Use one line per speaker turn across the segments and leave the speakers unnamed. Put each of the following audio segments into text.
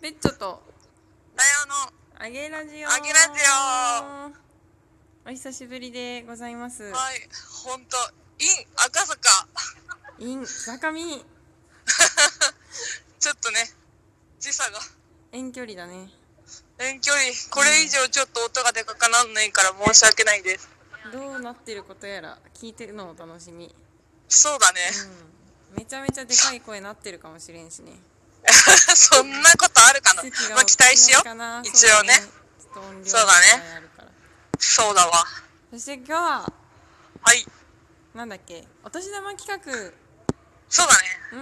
ベッチョと
ライオンの
あげラジオ
あげラジ
お久しぶりでございます
はい、ほんと、イン赤坂。
イン坂見
ちょっとね、時差が。
遠距離だね
遠距離、これ以上ちょっと音がでかかなんないから申し訳ないです。
どうなってることやら聞いてるのお楽しみ、
そうだね。
うん、めちゃめちゃでかい声なってるかもしれんしね
そんなことあるかな。まあ、期待しよ
大きいのかな
う。一応ね。
そうだちょっと音量
そうだね
問題あるから
そうだわ。
そして今日は
はい。
なんだっけお年玉企画
そうだね。
う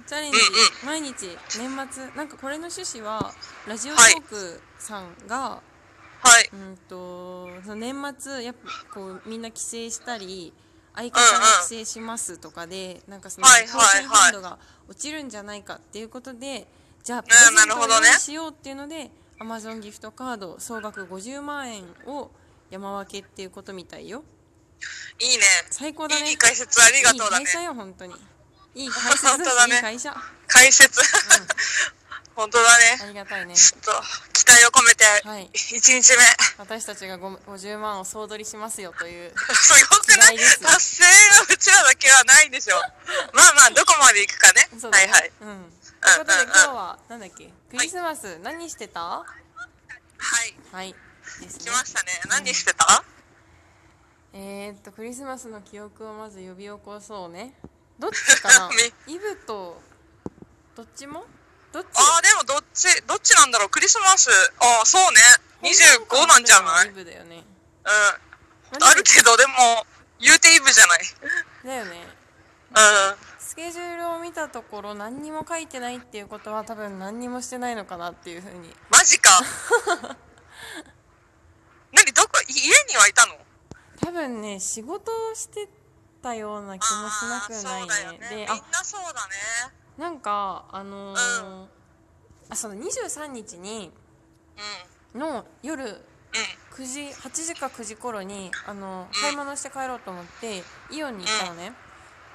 ん、チャレンジ、
うんうん
毎日年末なんかこれの趣旨はラジオト
はい
ークさんが、
はい。
うんとその年末やっぱこうみんな帰省したり相方が帰省しますとかで、なんかその
はい
更
はい
新
はい
頻度が落ちるんじゃないかっていうことで、じゃあプレ
あー
ゼント
なる
を
ほど
用
ね
意しようっていうので Amazon ギフトカード総額50万円を山分けっていうことみたいよ
いいね。
最高だね
いい解説ありがとうだ
いい
ね
会。社よ本 当にいい会社
本当だね
いい会社
解説。 ほんとだ
あ
ね。
りがたいね。
ちょっと、期待を込めて、
はい。
1日目。
私たちがご50万を総取りしますよという。
すごくな
期待
い
ですよ
達成がうちらだけはないでしょ。まあまあ、どこまで行くかね。
そうだ
は
ね
いはい。
うん。というこ
うんうん
とで
うん
今日は、なんだっけクリスマス、何してた
はい。
はい。です
来
ね
ま。したね。何してた
えー、っと、クリスマスの記憶をまず呼び起こそうね。 どっちかな
み
イブと、どっちもどっち
ああ、でもどっち、どっちなんだろう。クリスマス。ああ、そうね。25なんじゃない
イブだよね。
うん。あるけど、でも、言うてイブじゃない。
だよね。
うん。
スケジュールを見たところ何にも書いてないっていうことは多分何にもしてないのかなっていうふうに
マジ か。何どこ、い家にはいたの
多分ね仕事をしてたような気もしな
あ
く
あー、
な
そうだよ
いね
ね。みん
で
な
あ
そうだね。
なんかあのー
う
あその23日に
うん。
の夜
うん。
9時8時か9時頃にあの
うん
買い物して帰ろうと思ってイオンに行ったのね、
うん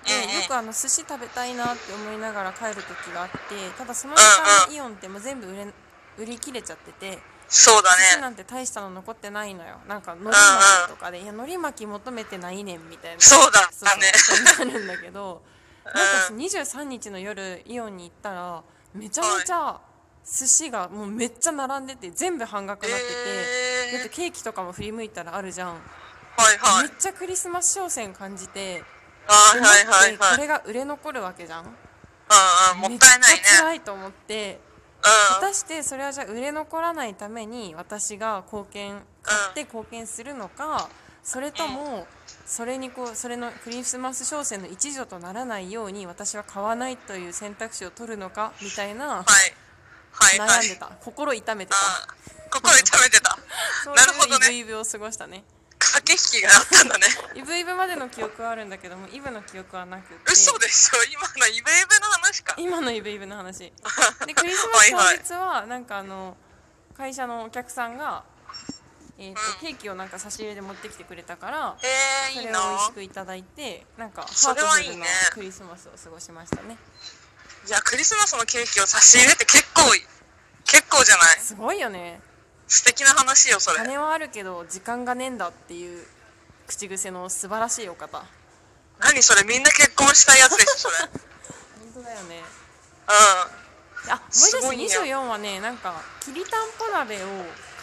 で
うん
よくあの寿司食べたいなって思いながら帰る時があってただそ
う
の
ん
時
うん
間のイオンってもう全部売れ売り切れちゃってて
そうだ
寿司
ね。
なんて大したの残ってないのよなんか海苔
うんう
巻
ん
きとかで「いや海苔巻き求めてないねん」みたいな
そうだ
そう
ね。
そうなるんだけどなんか
う
23日の夜イオンに行ったらめちゃめちゃ寿司がもうめっちゃ並んでて全部半額になってて、
えー
だってケーキとかも振り向いたらあるじゃん、
はいはい
めっ。ちゃクリスマス商戦感じて、
あー
で
はいはい
待って
はい
こ。れが売れ残るわけじゃん
うんうん、もったいない
めっちゃ
ね。
辛いと思って果
うん。
たしてそれはじゃあ売れ残らないために私が貢献買って貢献するのかそれともそれにこうそれのクリスマス商戦の一助とならないように私は買わないという選択肢を取るのかみたいな
はい。はいは
悩んで
い。
た心痛めてた
あー心痛めてた。
そう
なるほどね
いうイブイブを過ごしたね
駆け引きがあったんだね。
イブイブまでの記憶はあるんだけどもイブの記憶はなくて
嘘でしょ今のイベイベの話か。
今のイブイブ の話でクリスマス当日はなんかあの会社のお客さんが、えー、とケーキをなんか差し入れで持ってきてくれたから
え
そ
ー、いい
れを美
な
味しくいただいてなんかハー
そ
ト
れはい
フ
い
ル
ね
なクリスマスを過ごしましたね
いや、クリスマスのケーキを差し入れって結構い、結構じゃない
すごいよね
素敵な話よ、それ。
金はあるけど時間がねえんだっていう口癖の素晴らしいお方本
何それみんな結婚したいやつでしょ、それ。うん。
当だよね
あ
あ思い出し
す
た
ごい
24はねなんかきりたんぽ鍋を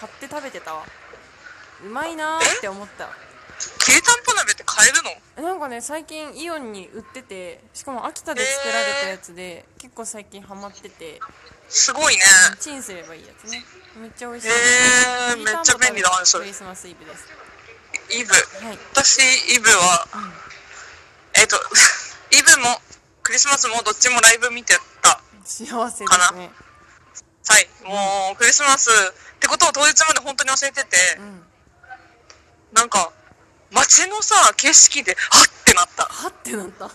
買って食べてたわうまいなーって思った
きりたんぽ鍋って買えるの
なんかね最近イオンに売っててしかも秋田で作られたやつで、結構最近ハマってて
すごいね。
チンすればいいやつねめっちゃ美味しい
へー
きりたんぽ
めっちゃ便利だねそれ
クリスマスイブです
イブ。
はい
私、イブは、えっと、 イブも、クリスマスもどっちもライブ見てた。
幸せですね
はい、もうクリスマスってことを当日まで本当に教えてて、
うん
なんか街のさ景色であってなった
はってなった
あ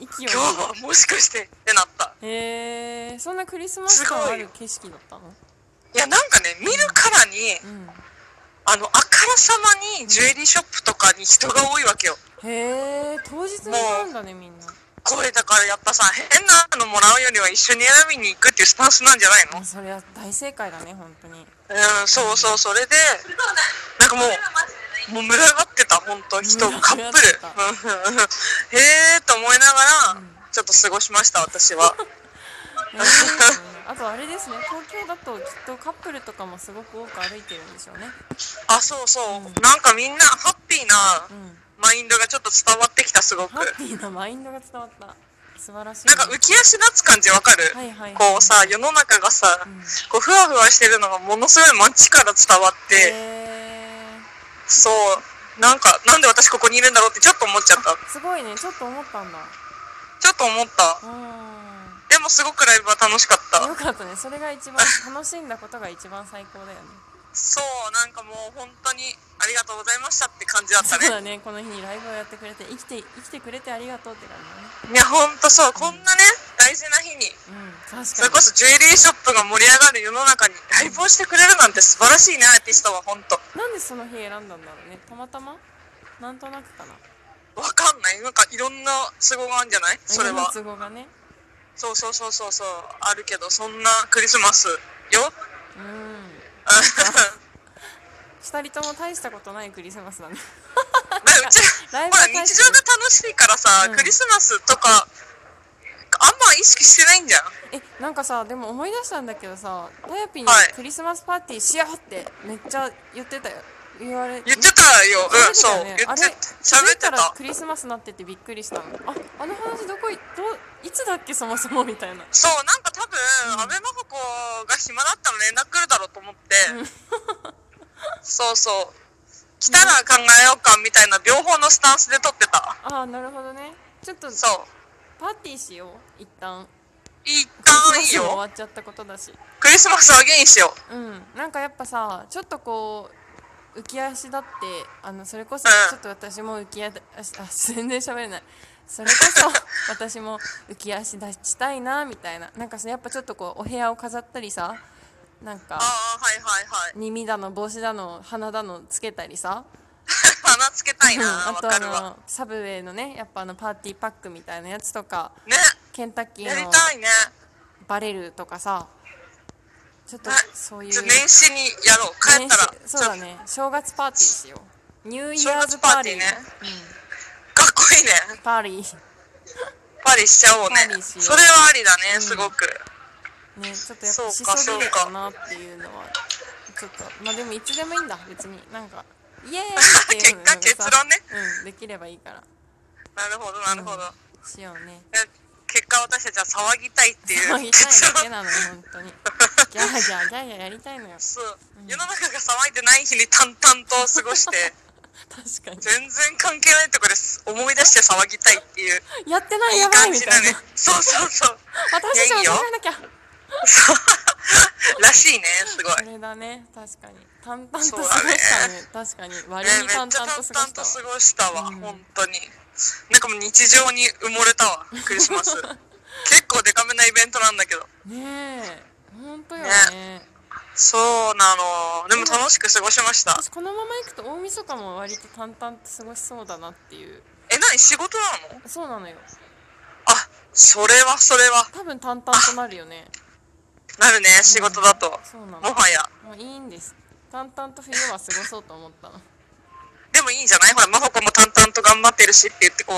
息
今
を
日はもしかしてってなった
へえそんなクリスマス感ある景色だったの
いやなんかね見るからに
う
あのあからさまにジュエリーショップとかに人が多いわけよ
んへえ当日になんだねみんな
午ごいだからやっぱさ変なのもらうよりは一緒に選びに行くっていうスタンスなんじゃないの
あそれは大正解だね本 当に
うんそうそうそれでなんかもうもう群がってた本当に人
群がって
カップ
た
ルうんうんうんへえと思いながらちょっと過ごしました私は
ねあとあれですね東京だときっとカップルとかもすごく多く歩いてるんでしょうね
あそうそうなんかみんなハッピーな
うん
マインドがちょっと伝わってきたすごく
ハッピーなマインドが伝わった素晴らしい
なんか浮き足立つ感じわかる、
はいはい
こうさ世の中がさ、
うん
こうふわふわしてるのがものすごい街から伝わって、
え
そうなんかなんで私ここにいるんだろうってちょっと思っちゃった
ー、すごいねちょっと思ったんだ
ちょっと思った
う
でもすごくライブは楽しかった
んよかったねそれが 一番楽しんだことが一番最高だよね
そうなんかもう本当にありがとうございましたって感じだった
そう
ね
だねこの日にライブをやってくれて生きて生きてくれてありがとうって感
いや本当そうこんなね大事な日に
じだねうん確かに
それこそジュエリーショップが盛り上がる世の中にライブをしてくれるなんて素晴らしいねアーティストは本当
なんでその日選んだんだろうねたまたまなんとなくかな
わかんないなんかいろんな都合があるんじゃないそれ
ライブ
は
の都合がね
そうそうそうそうそうあるけどそんなクリスマスよ
うん2人とも大したことないクリスマスだね
だからうち
ライ
ほ
ブ
ら
は
日
大し
常が楽しいからさ、
うん
クリスマスとかあんま意識してないんじゃん
えなんかさでも思い出したんだけどさタヤピーに
はい
クリスマスパーティーしようってめっちゃ言ってたよ言われ
言ってたよ
言っ
うん
てた
そう
よね
言
あ
っ
れ
て喋って
気づいら
た
クリスマスなっててびっくりしたのああの話どこいどういつだっけそもそもみたいな
そうなんか多分、
うん
安倍真帆子が暇だったら連絡来るだろうと思って、 そうそう来たら考えようかみたいな両方のスタンスで撮ってた
ああなるほどねちょっと
そう
パーティーしよう一旦
一
クリ
旦いい
スマスも終
よ
わっちゃったことだし
クリスマスはゲインしよう
うんなんかやっぱさちょっとこう浮き足だってあのそれこそ
うん
ちょっと私も浮き足あ全然喋れないそれこ そ私も浮き足立ちたいなみたいななんかさやっぱちょっとこうお部屋を飾ったりさなんか
ああはいはい はい
耳だの帽子だの鼻だのつけたりさ
鼻つけたいな
うん
わ
あと
か
あ
るわ
のサブウェイのねやっぱあのパーティーパックみたいなやつとか
ね
ケンタッキ
やり
ーの
たいね
バレルとかさちょっと
ね
そういう
ちょ年始にやろう帰ったら
年始そうだ
ちょ
ね正月パーティーしようニューイヤーズ
正月パ
パ
ー
ー
テ
テ
ィ
ィ
ー
ー
ねかっこいいね
うんパーティー
パリしちゃおう
パ
ね
リしよう
それはありだね、
うん
すごく
ねちょっとやっぱ
そう
し
か
そびれたなっていうのはちょっとまあでもいつでもいいんだ別になんかイエーイっていうのがさ
結果結論ね
うんできればいいから
なるほどなるほど、
うんしようね
え結果私たちは騒ぎたいっていう
騒ぎたいだけなのよ本当にギャーギャーギャーギャーやりたいのよ
そう世の中が騒いでない日に淡々と過ごして
確かに
全然関係ないところです思い出して騒ぎたいっていう
やってない
いい
やばい
感
み
じ
た
だ
いな
ねそうそうそう
私たちも
いやいいよ
考えなきゃ
らしいねすごい
そ
ね
れだね確かに淡々と過ごし
そ
た
う
ね
だね
確かに割
めっ
に
ちゃ
淡
淡
々と過ごした
々と過ごしたわ、
うん
本当になんかもう日常に埋もれたわクリス マス結構デカめなイベントなんだけど
ねえ本当よね
そうなのでも楽しく過ごしました
私このまま行くと大晦日も割と淡々と過ごしそうだなっていう
え何仕事なの
そうなのよ
あそれはそれは
多分淡々となるよね
なるね仕事だと
そうなの
も
も
はや
ういいんです淡々と冬は過ごそうと思ったの
でもいいんじゃないほら、真帆子も淡々と頑張ってるしって言って、こ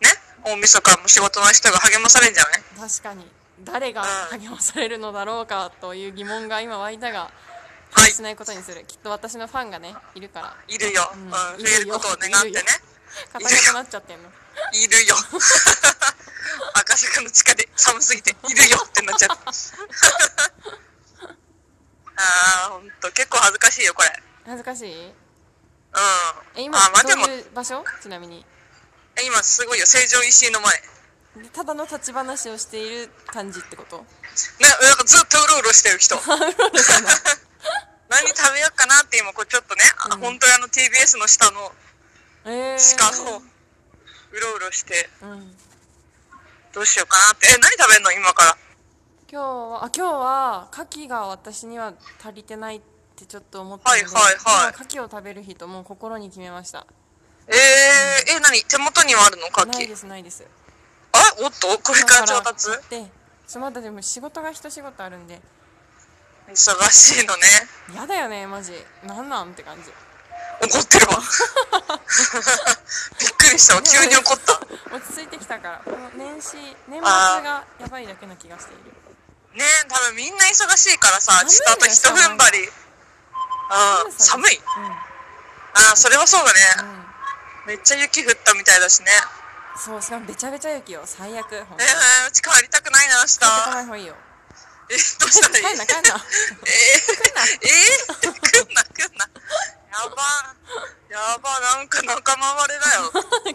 う、ね、大晦日も仕事の人が励まされるんじゃない
確かに誰が
うん
励まされるのだろうかという疑問が今湧いたが
い
気にしないことにする、きっと私のファンがねいるから
いるよ。う
うん
ん、
い
増
る
え
よ
ることを願ってね。
固くなっちゃってんの
いるよ。 赤坂の地下で寒すぎて、いるよってなっちゃった。 ああ、ほんと、結構恥ずかしいよ、これ。
恥ずかしい
うん。
え今
あーまあで
ど
も
う、いう場所ちなみに
え今すごいよ、成城石井の前。
でただの立ち話をしている感じってこと
ね、なんかずっとうろうろしてる人。何食べようかなって今、こうちょっとね、あ
うん
本当にあの TBS の下の
ええ
鹿をうろうろして
うん、今
どうしようかなってえ何食べんの今から
日はあ今日は牡蠣が私には足りてないってちょっと思って
はいはいはい
牡蠣を食べる日ともう心に決めました
えー、え何手元にはあるの牡
ない
蠣
ですないです
あおっとこれから調達
でちょまだでも仕事が一仕事あるんで
忙しいのね
やだよねマジなんなんって感じ
怒ってるわ びっくりしたわ急に怒った
落ち着いてきたからこの年始年末がやばいだけな気がしている
ねえ多分みんな忙しいからさ
寒いよ
ちょっとあと一踏ん張りああ寒いああそれはそうだ
うん、
ね
うん、
めっちゃ雪降ったみたいだしね
そうしかもべちゃべちゃ雪よ最悪ほ
え
んと帰って
ー、うち帰りたくないな明
こ
日
ない方がいいよ
えどうしたらいい
帰んな帰んな
えー、えー、 来んな来んなやばやばなんか仲間割れだ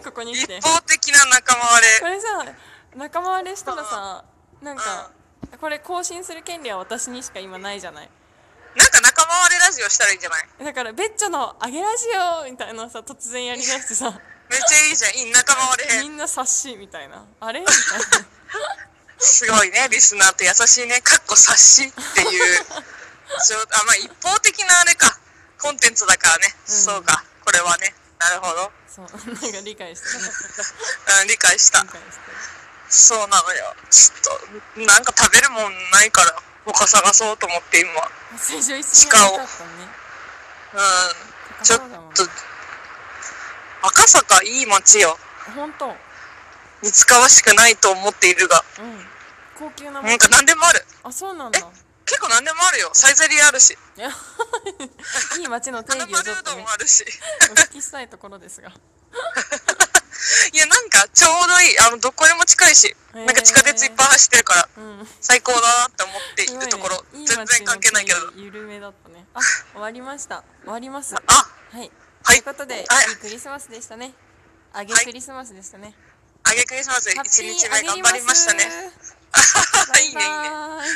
よ
ここに来
一
て
方的な仲間割
こ
れ
れさ仲間割れしたらさなんかこれ更新する権利は私にしか今ないじゃない
なんか仲間割れラジオしたらいいんじゃない
だから「ベッチョのあげラジオ」みたいなさ突然やりだしてさ
めっちゃいいじゃんいい仲間割れ
みんな察しみたいなあれみたい な
すごいね、リスナーって優しいね、かっこ察しっていう。 ちょあまあ、一方的なあれか、コンテンツだからね。そうか、これはね。なるほど。
そうなんか理解してなかっ
うん、理解した
た理。解して
そうなのよ。ちょっと、なんか食べるもんないから、他探そうと思って今。う
最初一緒にやりたかったね
ん。ちょっ
高そうだもん
と、赤坂いい街よ。
本当うん
似つかわしくないと思っているが、
高級なも
なん
の
か何でもある。
あそうなんだ
結構何でもあるよ。サイゼリアあるし、
いや いい街の定
花
義をち
丸
ょ
う
っと
どん
ね
もあるし。
お聞きしたいところですが
いや、なんかちょうどいい。あの、どこにも近いし、
へー
なんか地下鉄いっぱい走ってるから、
うん
最高だなって思ってい
すごい
る
ね
ところ。
いい街
全然関係ないけど。
の定義緩めだったねあ終わりました終わりますは
あ、
いと
はいいう
ことでいい
はい
クリスマスでしたねあげ
はい
クリスマスでしたね
あげクリスマス1
ハッピー
日目
あ
頑
げ
張りましたね。
ります
いいね、いいね。
バイバイ